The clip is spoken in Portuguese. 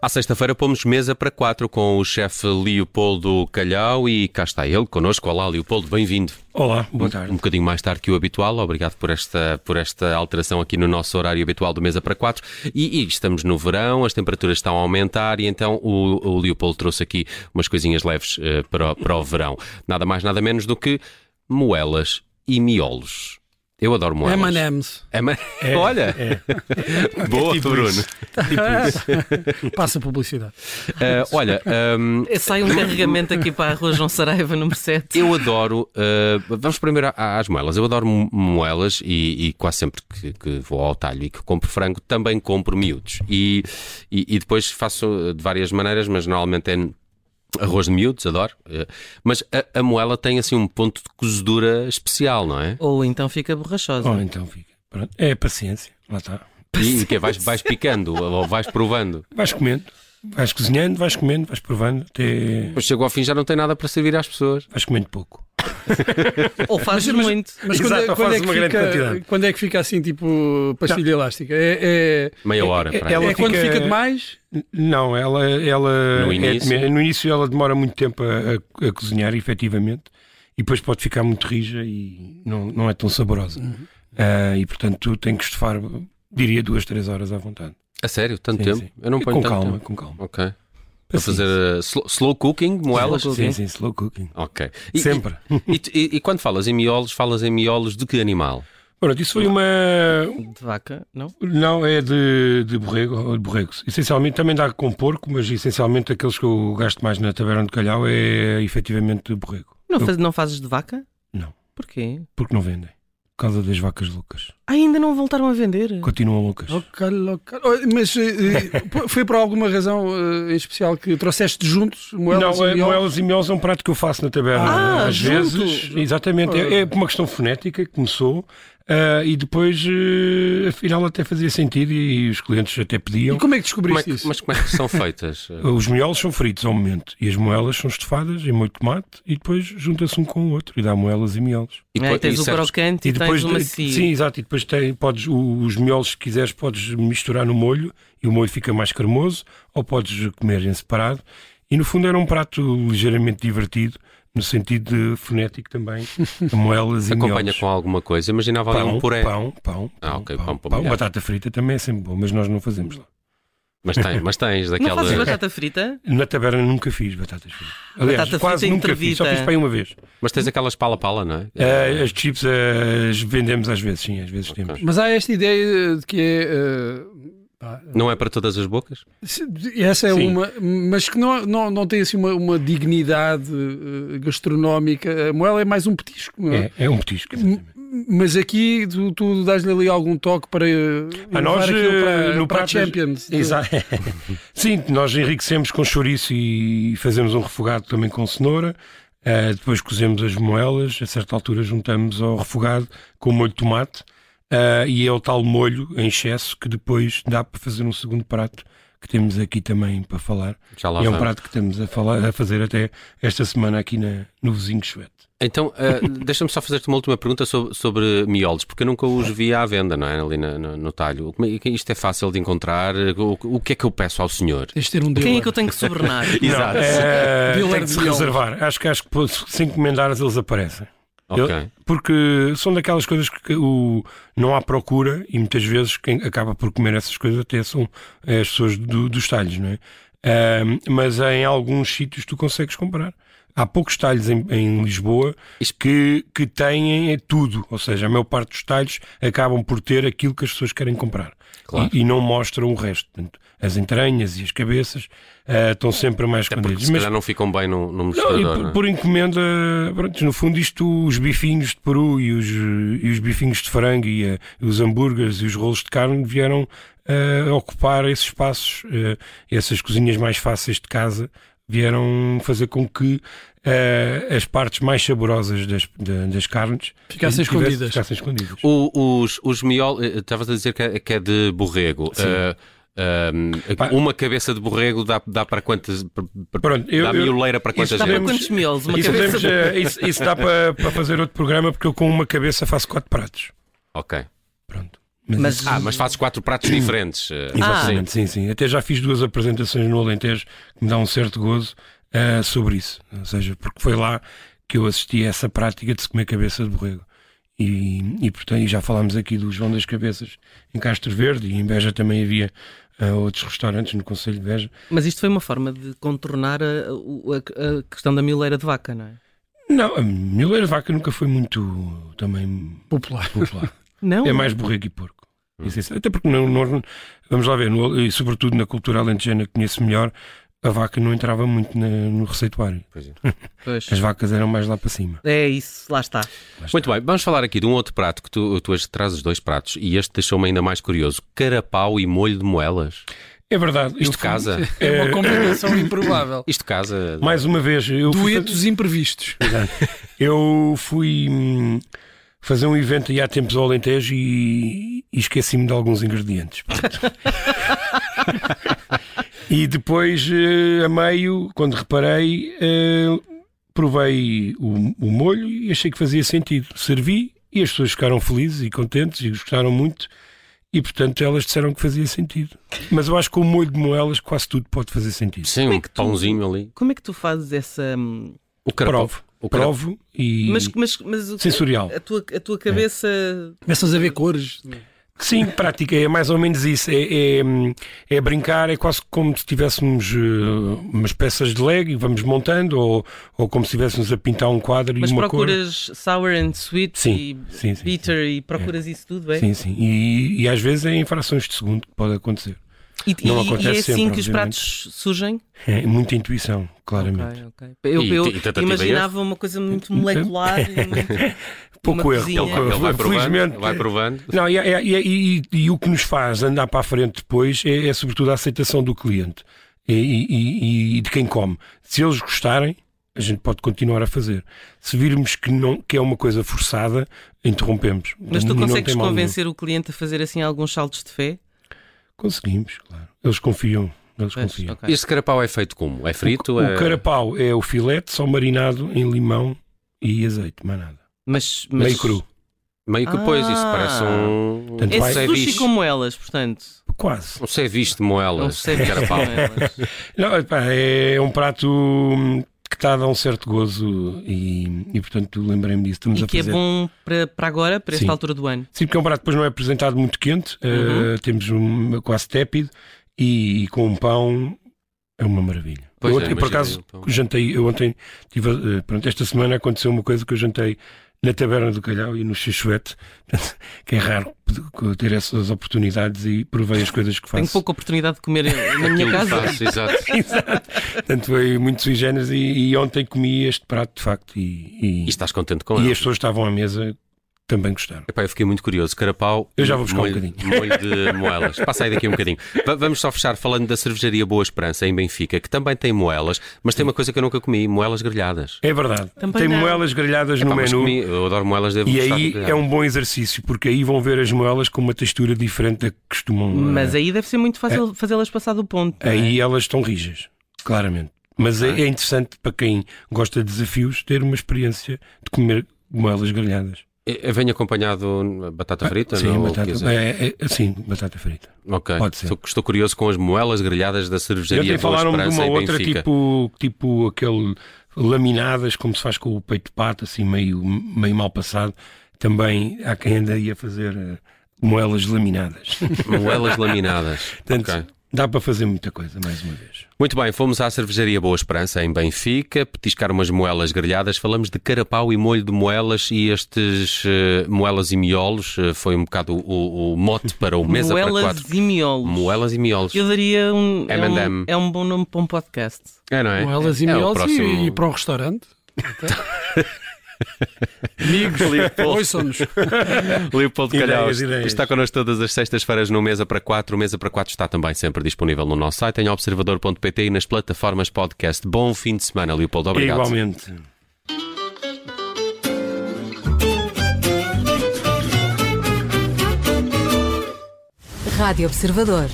À sexta-feira pomos mesa para quatro com o chefe Leopoldo Calhau e cá está ele connosco. Olá, Leopoldo, bem-vindo. Olá, boa Um tarde. bocadinho mais tarde que o habitual. Obrigado por esta, por esta alteração aqui no nosso horário habitual do Mesa para Quatro. E, e estamos no verão, as temperaturas estão a aumentar e então o, o Leopoldo trouxe aqui umas coisinhas leves eh, para, o- para o verão. Nada mais, nada menos do que moelas e miolos. Eu adoro moelas. M&M's. É tipo ma- Olha! Boa, Bruno. tipo Passa publicidade. Eh, olha, ehm, Sai um carregamento aqui para a Rua João Saraiva, número 7. Eu adoro. eh, vamos primeiro a- às moelas. Eu adoro mo- moelas e, e quase sempre que, que vou ao talho e que compro frango também compro miúdos. E, e- e depois faço eh, de várias maneiras, mas normalmente é n- arroz de miúdos, adoro. eh, mas a, a moela tem assim um ponto de cozedura especial, não é? Ou então fica borrachosa. Oh, então fica. Pronto. É paciência. Lá está. E, e que vais, vais picando ou vais provando. Vais comendo, vais cozinhando, vais comendo, vais provando, até Depois chego ao fim já não tem nada para servir às pessoas. vais comendo pouco. Ou fazes muito. Mas Exato, quando, é, ou quando, fazes é que uma grande fica, quantidade. quando é que fica assim, tipo, pastilha elástica? É, é- Meia hora. para aí. é Ela quando fica- fica demais? N- Não, ela, ela No é- início? no início ela demora muito tempo a, a- a cozinhar, efetivamente, e depois pode ficar muito rija e não, não é tão saborosa. Uhum. Ah, e portanto tu tem que estufar, diria, duas, três horas à vontade. A sério, tanto Sim, tempo? sim. Eu não E ponho com tanto calma, tempo. com calma. Ok. Para fazer eh, slow, slow cooking, moelas? Sim, sim, sim, slow cooking. Ok. E- Sempre. E, tu- e- e quando falas em miolos, falas em miolos de que animal? Pronto, isso foi uma, De vaca, não? Não, é de, de borrego, ou de borregos. Essencialmente também dá com porco, mas essencialmente aqueles que eu gasto mais na taberna de calhau é efetivamente de borrego. Não, Eu- faz- não fazes de vaca? Não. Porquê? Porque não vendem. Por causa das vacas loucas. Ainda não voltaram a vender. Continuam loucas. Oh, calho, oh, calho. Oh, Mas eh, eh, pô, foi por alguma razão eh, em especial que trouxeste juntos moelas não, e é, miolos? moelas e miolos é um prato que eu faço na taberna. Ah, Às juntos? vezes. Exatamente. É, é por uma questão fonética que começou ah, e depois, ah, afinal, até fazia sentido e os clientes até pediam. E como é que Como é descobriste que- isso? mas como é que são feitas? Os miolos são fritos ao momento e as moelas são estufadas em molho de tomate e depois junta-se um com o outro e dá moelas e miolos. E depois- Aí É, Ah, tens e o serves- crocante e, tens o de- macio. Sim, exato. E depois tem, podes, o- os miolos, se quiseres, podes misturar no molho e o molho fica mais cremoso, ou podes comer em separado. E no fundo era um prato ligeiramente divertido, no sentido de fonético também, de moelas e acompanha miolos. com alguma coisa? Imaginava ali pão, um puré. pão, pão, Ah, ok, pão para molhar. Batata frita também é sempre bom, mas nós não fazemos lá. Mas, tens, mas tens Não daquela. fazes batata frita? Na taberna nunca fiz batatas fritas. Aliás, Batata quase frita nunca fiz, só entrevita. fiz para aí uma vez. Mas tens aquelas pala-pala, não é? Eh, as chips eh, as vendemos às vezes, sim, às vezes temos. Mas há esta ideia de que é. eh, pá, Não é para todas as bocas? Se- Essa é Sim. uma, mas que não, não, não tem assim uma, uma dignidade eh, gastronómica. A moela é mais um petisco, não é? É, é um petisco. M- exatamente. Mas aqui tu, tu dás-lhe ali algum toque para eh, A nós, levar aquilo para, eh, no para a prato- Champions. Exato. Sim, nós enriquecemos com chouriço e fazemos um refogado também com cenoura. Ah, depois cozemos as moelas, a certa altura juntamos ao refogado com molho de tomate Ah, e é o tal molho em excesso que depois dá para fazer um segundo prato que temos aqui também para falar. Já lá E é um vamos. prato que estamos a, falar, a fazer até esta semana aqui na, no vizinho Chuete. Então, eh, deixa-me só fazer-te uma última pergunta sobre, sobre miolos, porque eu nunca os vi à venda, não é? Ali na- no, no talho. Como é que Isto é fácil de encontrar. O, o que é que eu peço ao senhor? Tens de ter um dealer. Quem é que eu tenho que sobrenar? Exato. É, Dealer tem que de se miolos. reservar. Acho que, acho que pô, se se encomendares eles aparecem. Ok. Eu- porque são daquelas coisas que o, não há procura e muitas vezes quem acaba por comer essas coisas até são eh, as pessoas do- dos talhos, não é? Ahm, mas em alguns sítios tu consegues comprar. Há poucos talhos em, em Lisboa que, que têm eh, tudo, ou seja, a maior parte dos talhos acabam por ter aquilo que as pessoas querem comprar Claro. e, e não mostram o resto. Portanto, as entranhas e as cabeças ah, estão sempre mais Porque escondidas. se Mas- calhar não ficam bem no, no não, e mostrador. por, não é? por encomenda, pronto, no fundo, isto, os bifinhos de peru e os, e os bifinhos de frango e, eh, os hambúrgueres e os rolos de carne vieram eh, ocupar esses espaços, eh, essas cozinhas mais fáceis de casa vieram fazer com que eh, as partes mais saborosas das, da- das carnes tivesse- Ficassem escondidas. Ficassem escondidas. O- os, os miol, eh, estavas a dizer que é, que é de borrego. Eh, ehm, Pá. uma cabeça de borrego dá, dá para quantas. Para, para- Pronto, eu- dá eu- mioleira para quantas Dá para gente? sabemos- quantos miolos? Uma Isso, cabeça podemos, eh, isso- isso dá para para fazer outro programa, porque eu com uma cabeça faço quatro pratos. Ok. Pronto. Mas, Ah, mas fazes quatro pratos diferentes. eh, Exatamente, sim, sim. Até já fiz duas apresentações no Alentejo que me dá um certo gozo ah, sobre isso. Ou seja, porque foi lá que eu assisti a essa prática de se comer cabeça de borrego. E, e, portanto, e já falámos aqui do João das Cabeças em Castro Verde e em Beja também havia ah, outros restaurantes no Conselho de Beja. mas isto foi uma forma de contornar a, o- a- a questão da mileira de vaca, não é? Não, a Miller Vaca nunca foi muito também Popular. popular. Não. É mais borrego e porco. Isso é certo. Até porque não, nós não- vamos lá ver, no- e sobretudo na cultura alentejana que conheço melhor, a vaca não entrava muito na- no receituário. Pois é. Pois. As vacas eram mais lá para cima. É isso, lá está. Muito bem, vamos falar aqui de um outro prato que tu, tu hoje trazes dois pratos e este deixou-me ainda mais curioso: carapau e molho de moelas. É verdade. eu Isto fui- casa. É Eh, uma combinação improvável. Isto casa. Mais uma vez, eu fui, Duetos imprevistos. eu fui, hum, fazer um evento aí há tempos ao Alentejo e, e esqueci-me de alguns ingredientes. Pronto. e depois, eh, a meio, quando reparei, eh, provei o, o molho e achei que fazia sentido. Servi e as pessoas ficaram felizes e contentes e gostaram muito. E portanto elas disseram que fazia sentido. Mas eu acho que com o molho de moelas quase tudo pode fazer sentido. Sim, Como um é que tu- pãozinho ali. Como é que tu fazes essa. hum, O carapau. Provo. O carapau. provo e Mas, mas, mas o- sensorial. a tua, a tua cabeça. É. Começas a ver cores. Sim, prática, é mais ou menos isso. É, é, hum, é brincar, é quase como se tivéssemos eh, umas peças de leg e vamos montando, ou, ou como se estivéssemos a pintar um quadro Mas e uma cor. procuras sour and sweet Sim, e sim, sim, bitter e procuras isso tudo, é? Sim, sim. E, e às vezes é em frações de segundo que pode acontecer. E, e- Não e acontece é assim sempre, que os pratos surgem? É muita intuição, claramente. Ok, ok. Eu, E- eu e tentativa imaginava uma coisa muito molecular. e muito- Pouco Uma erro, cozinha. pouco Ele Ele vai erro. provando. Felizmente. Vai provando. Não, e, e- e- e- e o que nos faz andar para a frente depois é, é sobretudo a aceitação do cliente e, e- e- e de quem come. Se eles gostarem, a gente pode continuar a fazer. Se virmos que, não, que é uma coisa forçada, interrompemos. Mas E tu não consegues tem mal nenhum. convencer o cliente a fazer assim alguns saltos de fé? Conseguimos, claro. Eles confiam. Eles Pois, confiam. ok. Este carapau é feito como? É frito? o, é... o carapau é o filete só marinado em limão e azeite, mais nada. Mas, mas... Meio cru. Meio que depois, isso Ah. parece um. Tanto um É Vai. sushi ceviche. como elas, portanto. Quase. Um ceviche de É um moelas. de ceviche como carapau. elas. Não, pá, é um prato hum, que está a dar um certo gozo e, e, portanto lembrei-me disso. Estamos E a que é fazer. bom para, para agora, para Sim. esta altura do ano. Sim, porque é um prato que depois não é apresentado muito quente, Uhum. eh, temos um quase tépido e, e com um pão é uma maravilha. Pois eu, é, ontem, por imagino, acaso, então. jantei, eu ontem tive, eh, pronto, esta semana aconteceu uma coisa que eu jantei na Taberna do Calhau e no Xixuete, que é raro ter essas oportunidades e provei as coisas que faço. Tenho pouca oportunidade de comer na Aquilo minha que casa. faço, exato. Portanto, foi muito sui generis e, e ontem comi este prato, de facto, e, E e, estás contente com e ele? as pessoas que estavam à mesa também gostaram. Epá, eu fiquei muito curioso. Carapau. Eu já vou buscar um molho, bocadinho. Molho de moelas. Passa aí daqui um bocadinho. Va- vamos só fechar falando da cervejaria Boa Esperança, em Benfica, que também tem moelas, mas tem uma coisa que eu nunca comi: moelas grelhadas. É verdade. Também Tem não. moelas grelhadas no Pá, mas menu. comi, eu adoro moelas, devo E gostar de aí grelhadas. é um bom exercício, porque aí vão ver as moelas com uma textura diferente da que costumam. é? eh, Mas aí deve ser muito fácil fazê-las passar do ponto. não é? aí elas estão rijas, claramente. Mas é, é interessante para quem gosta de desafios ter uma experiência de comer moelas grelhadas. Eh, Vem acompanhado eh, batata frita? Ah, sim, não? Ou o que batata, quiser. é, é- sim, batata frita. Ok. Pode ser. Estou, estou curioso com as moelas grelhadas da E cervejaria Boa ontem falaram um de Esperança uma em outra Benfica. tipo, tipo aquele laminadas, como se faz com o peito de pato, assim meio, meio mal passado. Também há quem anda aí a fazer eh, moelas laminadas. Moelas laminadas. Portanto, Ok. dá para fazer muita coisa, mais uma vez. Muito bem, fomos à cervejaria Boa Esperança em Benfica, petiscar umas moelas grelhadas, falamos de carapau e molho de moelas e estes eh, moelas e miolos eh, foi um bocado o, o mote para o mesa para Moelas quatro. e miolos. Moelas e miolos. Eu daria um é, M&M. um. é um bom nome para um podcast. É, não é? Moelas É e o miolos e- próximo- e, para o restaurante. Amigos, ouçam-nos. Leopoldo Ideias, Calhaus ideias. está connosco todas as sextas-feiras no Mesa para 4. O Mesa para 4 está também sempre disponível no nosso site, em observador.pt e nas plataformas podcast. Bom fim de semana, Leopoldo. Obrigado. É Igualmente. Rádio Observador.